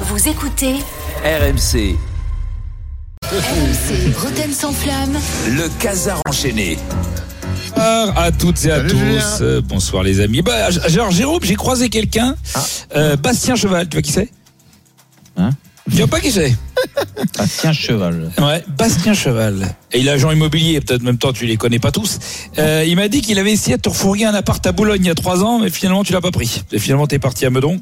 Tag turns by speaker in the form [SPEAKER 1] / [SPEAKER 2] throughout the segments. [SPEAKER 1] Vous écoutez
[SPEAKER 2] RMC,
[SPEAKER 1] RMC Roten sans flamme.
[SPEAKER 2] le casar enchaîné.
[SPEAKER 3] Bonsoir à toutes et à
[SPEAKER 4] Salut,
[SPEAKER 3] tous.
[SPEAKER 4] Julien.
[SPEAKER 3] Euh, bonsoir les amis. Bah, G- alors Jérôme, j'ai croisé quelqu'un.
[SPEAKER 4] Ah.
[SPEAKER 3] Euh, Bastien Cheval, tu vois qui c'est
[SPEAKER 5] Hein
[SPEAKER 3] Tu vois pas qui c'est
[SPEAKER 5] Bastien Cheval.
[SPEAKER 3] Ouais, Bastien Cheval. Et il est agent immobilier, peut-être en même temps tu les connais pas tous. Euh, il m'a dit qu'il avait essayé de te refourguer un appart à Boulogne il y a trois ans, mais finalement tu l'as pas pris. Et finalement t'es parti à Meudon. Euh,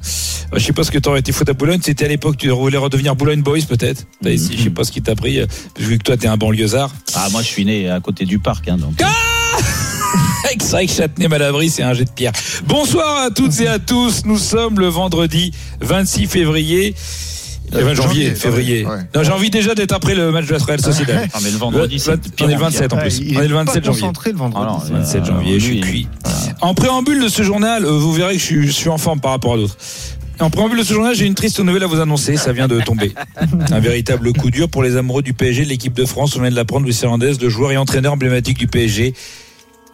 [SPEAKER 3] je sais pas ce que t'aurais été foutre à Boulogne. C'était à l'époque tu voulais redevenir Boulogne Boys peut-être.
[SPEAKER 5] Mm-hmm.
[SPEAKER 3] T'as essayé, Je sais pas ce qui t'a pris, euh, vu que toi t'es un banlieusard.
[SPEAKER 5] Ah, moi, je suis né à côté du parc, hein, donc.
[SPEAKER 3] C'est vrai que Châtenay-Malabry, c'est un jet de pierre. Bonsoir à toutes et à tous. Nous sommes le vendredi 26 février. Euh, janvier,
[SPEAKER 4] Euh, janvier,
[SPEAKER 3] février.
[SPEAKER 4] ouais.
[SPEAKER 3] Non, j'ai envie déjà d'être après le match de la Real Sociedad.
[SPEAKER 5] Ah, mais le vendredi, c'est
[SPEAKER 3] Le-
[SPEAKER 5] pire hein,
[SPEAKER 3] on est le
[SPEAKER 5] en
[SPEAKER 3] 27 en
[SPEAKER 4] Ouais,
[SPEAKER 3] plus.
[SPEAKER 4] il
[SPEAKER 3] On est
[SPEAKER 4] est
[SPEAKER 3] Ah, le 27
[SPEAKER 4] pas
[SPEAKER 3] janvier.
[SPEAKER 4] concentré le
[SPEAKER 6] Ah
[SPEAKER 4] vendredi.
[SPEAKER 5] Alors,
[SPEAKER 4] ça.
[SPEAKER 5] euh,
[SPEAKER 3] 27 janvier, je suis
[SPEAKER 5] lui,
[SPEAKER 3] cuit. En préambule de ce journal, euh, vous verrez que je suis, je suis en forme par rapport à d'autres. En préambule de ce journal, j'ai une triste nouvelle à vous annoncer. Ça vient de tomber. Un véritable coup dur pour les amoureux du PSG, de l'équipe de France. On vient de l'apprendre, Luis Hernandez, le joueur et entraîneur emblématique du PSG,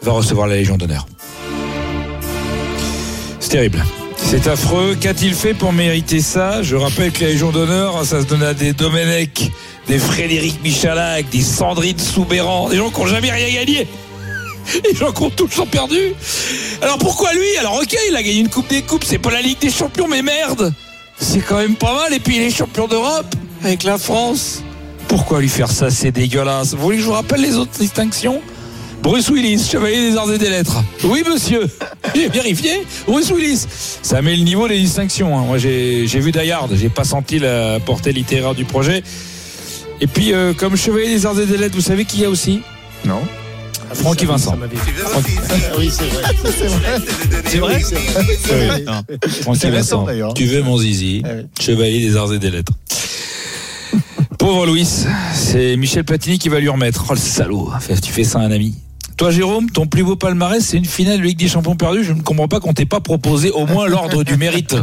[SPEAKER 3] va recevoir la Légion d'honneur. C'est terrible. C'est affreux. Qu'a-t-il fait pour mériter ça Je rappelle que la Légion d'honneur, ça se donnait à des Domenech, des Frédéric Michalak, des Sandrine Soubéran, des gens qui n'ont jamais rien gagné. Et gens qui ont tout le temps perdu. Alors pourquoi lui Alors ok, il a gagné une Coupe des Coupes, c'est pas la Ligue des Champions, mais merde C'est quand même pas mal. Et puis il est champion d'Europe avec la France. Pourquoi lui faire ça C'est dégueulasse. Vous voulez que je vous rappelle les autres distinctions Bruce Willis, chevalier des arts et des lettres. Oui, monsieur. J'ai vérifié. Bruce Willis. Ça met le niveau des distinctions. hein. Moi, j'ai j'ai vu Dayard. J'ai pas senti la portée littéraire du projet. Et puis, euh, comme chevalier des arts et des lettres, vous savez qui il y a aussi
[SPEAKER 4] Non.
[SPEAKER 3] Francky Vincent.
[SPEAKER 4] C'est vrai
[SPEAKER 5] Putain.
[SPEAKER 3] Francky Vincent,
[SPEAKER 4] C'est récent, d'ailleurs.
[SPEAKER 3] tu veux mon zizi,
[SPEAKER 5] Eh
[SPEAKER 4] Ah oui.
[SPEAKER 3] chevalier des arts et des lettres. Pauvre Louis, c'est Michel Platini qui va lui remettre. Oh le salaud, Fais- tu fais ça à un ami. Toi Jérôme, ton plus beau palmarès, c'est une finale de Ligue des Champions perdue. Je ne comprends pas qu'on t'ait pas proposé au moins l'ordre du mérite,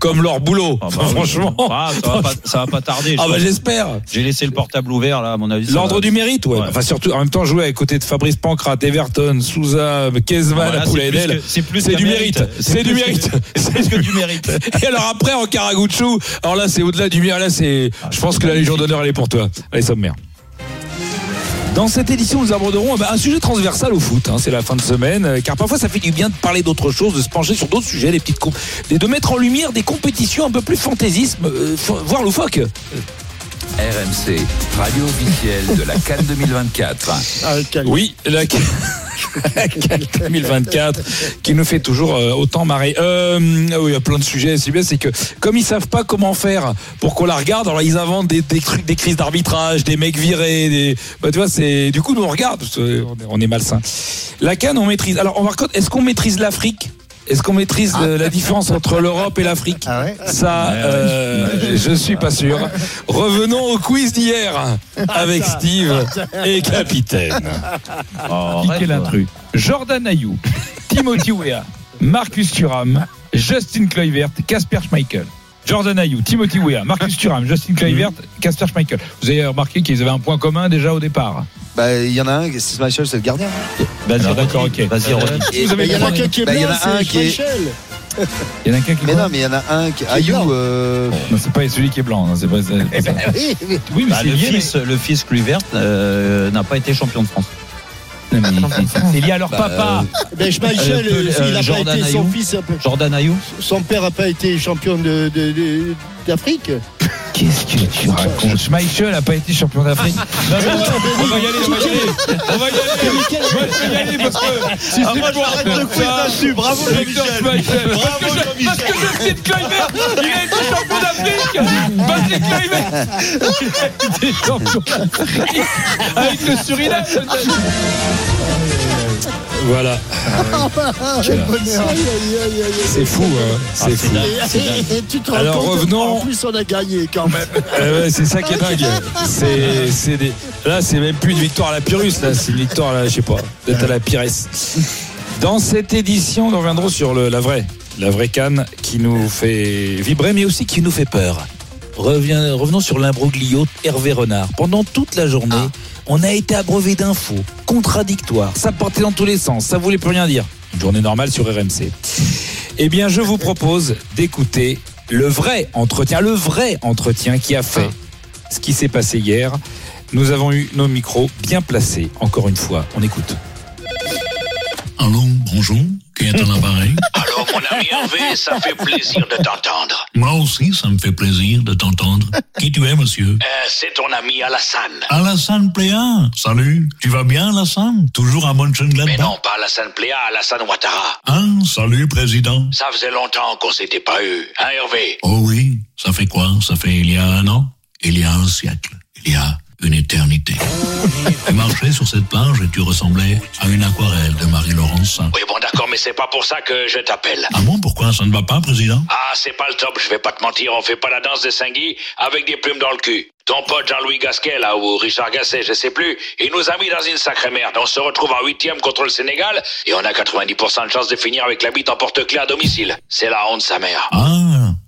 [SPEAKER 3] comme leur boulot.
[SPEAKER 5] Ah, bah, oui.
[SPEAKER 3] franchement.
[SPEAKER 5] Ah, ça, va pas, ça va pas tarder. je
[SPEAKER 3] Ah bah
[SPEAKER 5] pense.
[SPEAKER 3] j'espère.
[SPEAKER 5] J'ai laissé le portable ouvert, là, à mon avis. ça
[SPEAKER 3] L'ordre
[SPEAKER 5] va-
[SPEAKER 3] du mérite, ouais.
[SPEAKER 5] Ouais.
[SPEAKER 3] Enfin surtout, en même temps, jouer à côté de Fabrice Pancrate, Everton, Souza, Kezman,
[SPEAKER 5] Voilà,
[SPEAKER 3] à
[SPEAKER 5] c'est plus
[SPEAKER 3] Pouladel.
[SPEAKER 5] que- C'est plus
[SPEAKER 3] C'est
[SPEAKER 5] qu'un
[SPEAKER 3] du mérite. C'est du
[SPEAKER 5] plus que-
[SPEAKER 3] mérite.
[SPEAKER 5] C'est plus que du mérite. Oh,
[SPEAKER 3] Et alors après en Karaguchu, alors là c'est au-delà du mien, là c'est je pense que la Légion d'honneur elle est pour toi. Allez sommaire. Dans cette édition, nous aborderons eh ben, un sujet transversal au foot. hein. c'est la fin de semaine, euh, car parfois ça fait du bien de parler d'autres choses, de se pencher sur d'autres sujets, les petites coupes, et de mettre en lumière des compétitions un peu plus fantaisisme, euh, fo- voire loufoque.
[SPEAKER 2] RMC, radio officielle de la Cannes 2024.
[SPEAKER 3] Oui, la, la CAL 2024 qui nous fait toujours euh, autant marrer. Euh, ah oui, il y a plein de sujets. C'est bien, c'est que comme ils savent pas comment faire pour qu'on la regarde, alors ils inventent des, des trucs, des crises d'arbitrage, des mecs virés. Des... Bah, tu vois, c'est du coup nous on regarde. parce que On est, on est malsain. La Cannes, on maîtrise. Alors on va reconnaître, Est-ce qu'on maîtrise l'Afrique Est-ce qu'on maîtrise euh, la différence entre l'Europe et l'Afrique
[SPEAKER 4] Ah ouais
[SPEAKER 3] ça, euh, je suis pas sûr. Revenons au quiz d'hier avec Steve et Capitaine.
[SPEAKER 5] Piquer l'intrus.
[SPEAKER 7] euh, Jordan Ayou, Timothy Weah, Marcus Thuram, Justin Kluivert, Casper Schmeichel. Jordan Ayou, Timothy Weah, Marcus Thuram, Justin Kluivert, Casper Schmeichel. Vous avez remarqué qu'ils avaient un point commun déjà au départ.
[SPEAKER 8] Bah, il y en a un, c'est Michael, c'est le gardien.
[SPEAKER 5] Vas-y,
[SPEAKER 7] Alors, d'accord,
[SPEAKER 5] Rodri.
[SPEAKER 7] ok. Euh,
[SPEAKER 5] Vas-y, Rodri.
[SPEAKER 8] Et-
[SPEAKER 7] Vous avez
[SPEAKER 8] mais
[SPEAKER 6] Bah,
[SPEAKER 8] il y en a
[SPEAKER 7] trois-
[SPEAKER 8] qu'un qui est blanc, c'est Schmeichel.
[SPEAKER 7] Il y en a qu'un qui est
[SPEAKER 8] Mais
[SPEAKER 7] blanc.
[SPEAKER 8] non, mais il y en a un qui.
[SPEAKER 7] est
[SPEAKER 8] Ayou,
[SPEAKER 7] blanc.
[SPEAKER 8] euh,
[SPEAKER 7] Non, c'est pas celui qui est blanc. non, c'est pas- c'est- c'est- Eh ben,
[SPEAKER 6] Ben,
[SPEAKER 7] Oui, mais
[SPEAKER 5] Bah,
[SPEAKER 7] c'est
[SPEAKER 5] le,
[SPEAKER 7] lié, mais-
[SPEAKER 5] fils, le fils Kluivert euh, n'a pas été champion de France.
[SPEAKER 7] Non, mais c'est- c'est lié à leur
[SPEAKER 8] Bah,
[SPEAKER 7] papa.
[SPEAKER 6] Ben Schmeichel,
[SPEAKER 5] Euh, peu-
[SPEAKER 6] euh,
[SPEAKER 5] euh,
[SPEAKER 6] il a pas
[SPEAKER 5] Jordan
[SPEAKER 6] été son
[SPEAKER 5] Ayew.
[SPEAKER 6] fils, a pas-
[SPEAKER 5] Jordan Ayou
[SPEAKER 6] son père n'a pas été champion de- de- de- d'Afrique.
[SPEAKER 7] Qu'est-ce que tu racontes Schmeichel n'a pas été champion d'Afrique. Non, mais-
[SPEAKER 3] Ah, On va y aller, on va y aller. On va y aller. Moi, je vais y aller parce que si c'est moi, j'arrête de courir là-dessus. Bravo, Victor Schmeichel. Parce que je- parce que je suis de Kluivert. Il a été champion d'Afrique. Patrick Kluivert. Il a été champion d'Afrique. Avec le Suriname. Voilà,
[SPEAKER 6] Quel bonheur. Aïe, aïe, aïe, aïe, aïe.
[SPEAKER 3] c'est fou, hein.
[SPEAKER 5] Ah,
[SPEAKER 3] c'est fou.
[SPEAKER 5] dingue.
[SPEAKER 6] Et, et- et tu te rends
[SPEAKER 3] Alors,
[SPEAKER 6] compte,
[SPEAKER 3] revenons.
[SPEAKER 6] En plus, on a gagné quand même.
[SPEAKER 3] Euh, ouais, c'est ça qui est dingue. C'est, c'est des... Là, c'est même plus une victoire à la Pyrrhus, là. C'est une victoire, là, je sais pas, peut-être à la Pires. Dans cette édition, nous reviendrons sur le- la vraie, la vraie canne qui nous fait vibrer, mais aussi qui nous fait peur. Reviens- revenons sur l'imbroglio Hervé Renard. Pendant toute la journée, on a été abreuvé d'infos contradictoires. Ça partait dans tous les sens. Ça voulait plus rien dire. Une journée normale sur RMC. Eh bien, je vous propose d'écouter le vrai entretien, le vrai entretien qui a fait ce qui s'est passé hier. Nous avons eu nos micros bien placés. Encore une fois, on écoute.
[SPEAKER 4] Allô, bonjour, qui est à l'appareil
[SPEAKER 9] Alors, mon ami Hervé, ça fait plaisir de t'entendre.
[SPEAKER 4] Moi aussi, ça me fait plaisir de t'entendre. Qui tu es, monsieur
[SPEAKER 9] Euh, c'est ton ami Alassane.
[SPEAKER 4] Alassane Pléa. Salut, tu vas bien, Alassane Toujours à
[SPEAKER 9] Mais
[SPEAKER 4] Mönchengladbach
[SPEAKER 9] non, pas Alassane Pléa, Alassane Ouattara.
[SPEAKER 4] Hein Salut, président.
[SPEAKER 9] Ça faisait longtemps qu'on s'était pas eu, hein Hervé
[SPEAKER 4] Oh oui, ça fait quoi Ça fait il y a un an Il y a un siècle Il y a une éternité. tu marchais sur cette plage et tu ressemblais à une aquarelle de Marie-Laurence.
[SPEAKER 9] Oui, bon, d'accord, mais c'est pas pour ça que je t'appelle.
[SPEAKER 4] Ah bon, pourquoi ça ne va pas, président
[SPEAKER 9] Ah, c'est pas le top, je vais pas te mentir, on fait pas la danse des Saint-Guy avec des plumes dans le cul. Ton pote Jean-Louis Gasquet, là, ou Richard Gasset, je sais plus, il nous a mis dans une sacrée merde. On se retrouve en huitième contre le Sénégal, et on a 90% de chance de finir avec la bite en porte-clés à domicile. C'est la honte, sa mère.
[SPEAKER 4] Ah,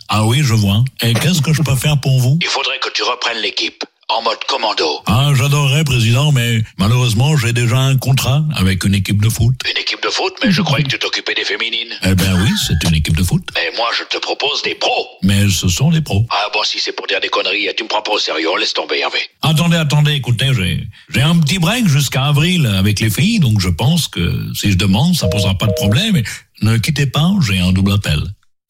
[SPEAKER 4] ah oui, je vois. Et qu'est-ce que je peux faire pour vous
[SPEAKER 9] Il faudrait que tu reprennes l'équipe, en mode commando.
[SPEAKER 4] Ah, j'adorerais, président, mais malheureusement, j'ai déjà un contrat avec une équipe de foot.
[SPEAKER 9] Une équipe de foot, mais je croyais que tu t'occupais des féminines.
[SPEAKER 4] Eh ben oui, c'est une équipe de foot.
[SPEAKER 9] Mais moi, je te propose des pros.
[SPEAKER 4] Mais ce sont des pros.
[SPEAKER 9] Ah bon, si c'est pour dire des conneries, eh, tu me prends pas au sérieux, on laisse tomber, Hervé.
[SPEAKER 4] Attendez, attendez, écoutez, j'ai, j'ai un petit break jusqu'à avril avec les filles, donc je pense que si je demande, ça posera pas de problème. Et Ne quittez pas, j'ai un double appel.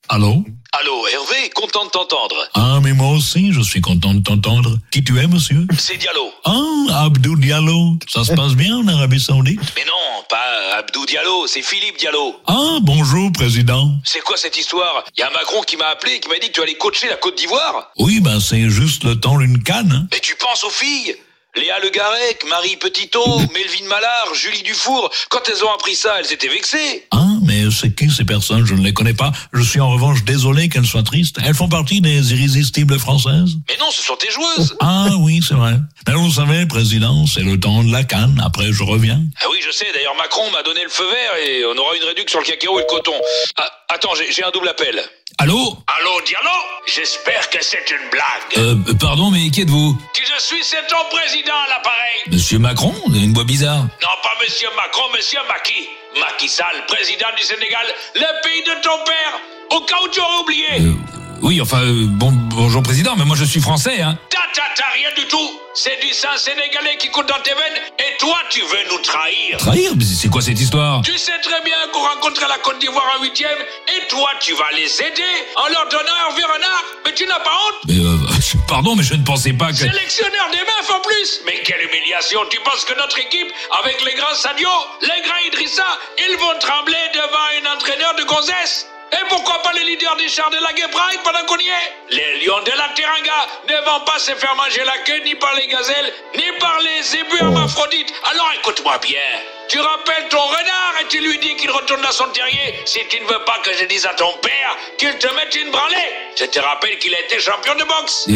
[SPEAKER 4] Allô?
[SPEAKER 9] Allô, Hervé, content de t'entendre.
[SPEAKER 4] Ah, mais moi aussi, je suis content de t'entendre. Qui tu es, monsieur?
[SPEAKER 9] C'est Diallo.
[SPEAKER 4] Ah, Abdou Diallo. Ça se passe bien en Arabie Saoudite?
[SPEAKER 9] Mais non, pas Abdou Diallo, c'est Philippe Diallo.
[SPEAKER 4] Ah, bonjour, président.
[SPEAKER 9] C'est quoi cette histoire Il y a Macron qui m'a appelé et qui m'a dit que tu allais coacher la Côte d'Ivoire
[SPEAKER 4] Oui, ben, c'est juste le temps d'une canne, hein.
[SPEAKER 9] Mais tu penses aux filles Léa Le Garec, Marie Petitot, Melvin Mallard, Julie Dufour, quand elles ont appris ça, elles étaient vexées.
[SPEAKER 4] Ah, mais c'est qui ces personnes Je ne les connais pas. Je suis en revanche désolé qu'elles soient tristes. Elles font partie des irrésistibles françaises
[SPEAKER 9] Mais non, ce sont tes joueuses.
[SPEAKER 4] Ah oui, c'est vrai. Mais vous savez, président, c'est le temps de la canne. Après, je reviens.
[SPEAKER 9] Ah oui, je sais, d'ailleurs Macron m'a donné le feu vert et on aura une réduction sur le cacao et le coton. Ah, attends, j'ai j'ai un double appel.
[SPEAKER 4] Allô
[SPEAKER 9] Allô, Diallo J'espère que c'est une blague.
[SPEAKER 4] euh, Pardon, mais qui êtes-vous
[SPEAKER 9] Qui je suis, c'est ton président à l'appareil.
[SPEAKER 4] Monsieur Macron Vous avez une voix bizarre.
[SPEAKER 9] Non, pas monsieur Macron, monsieur Macky. Macky Sall, président du Sénégal, le pays de ton père. Au cas où tu aurais oublié.
[SPEAKER 4] Euh, Oui, enfin, euh, bon, bonjour, président, mais moi je suis français, hein.
[SPEAKER 9] Ta ta ta, rien du tout. C'est du sang sénégalais qui coule dans tes veines et toi, tu veux nous trahir.
[SPEAKER 4] Trahir C'est quoi cette histoire
[SPEAKER 9] Tu sais très bien qu'on rencontrera la Côte d'Ivoire en huitième et toi, tu vas les aider en leur donnant Hervé Renard. Mais tu n'as pas honte
[SPEAKER 4] Euh, Pardon, mais je ne pensais pas que...
[SPEAKER 9] Sélectionneur des meufs en plus Mais quelle humiliation Tu penses que notre équipe, avec les grands Sadio, les grands Idrissa, ils vont trembler devant un entraîneur de gonzesse Et pourquoi pas les leaders des chars de la Gay Pride pendant qu'on y est Les lions de la Teranga ne vont pas se faire manger la queue ni par les gazelles, ni par les zébus hermaphrodites Alors écoute-moi bien tu rappelles ton renard et tu lui dis qu'il retourne à son terrier si tu ne veux pas que je dise à ton père qu'il te mette une branlée. Je te rappelle qu'il a été champion de boxe.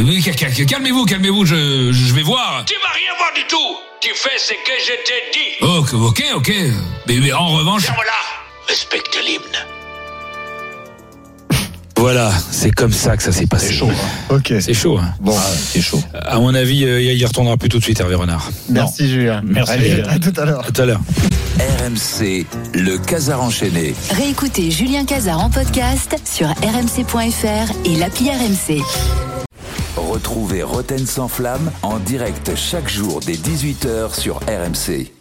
[SPEAKER 4] Calmez-vous, calmez-vous, je, vais voir.
[SPEAKER 9] Tu vas rien voir du tout Tu fais ce que je t'ai dit
[SPEAKER 3] Oh.
[SPEAKER 4] ok, ok. mais en revanche...
[SPEAKER 9] Voilà Respecte l'hymne.
[SPEAKER 3] Voilà, c'est comme ça que ça s'est passé. C'est chaud.
[SPEAKER 6] Ok.
[SPEAKER 3] C'est chaud. hein.
[SPEAKER 6] Bon,
[SPEAKER 5] C'est chaud.
[SPEAKER 3] À mon avis, euh, il y retournera plus tout de suite, Hervé Renard.
[SPEAKER 6] merci Julien.
[SPEAKER 5] Merci.
[SPEAKER 6] Allez, à tout à l'heure.
[SPEAKER 3] À tout à l'heure.
[SPEAKER 2] RMC, le casar enchaîné.
[SPEAKER 1] Réécoutez Julien Cazard en podcast sur rmc.fr et l'appli RMC.
[SPEAKER 2] Retrouvez Roten sans flamme en direct chaque jour dès 18h sur RMC.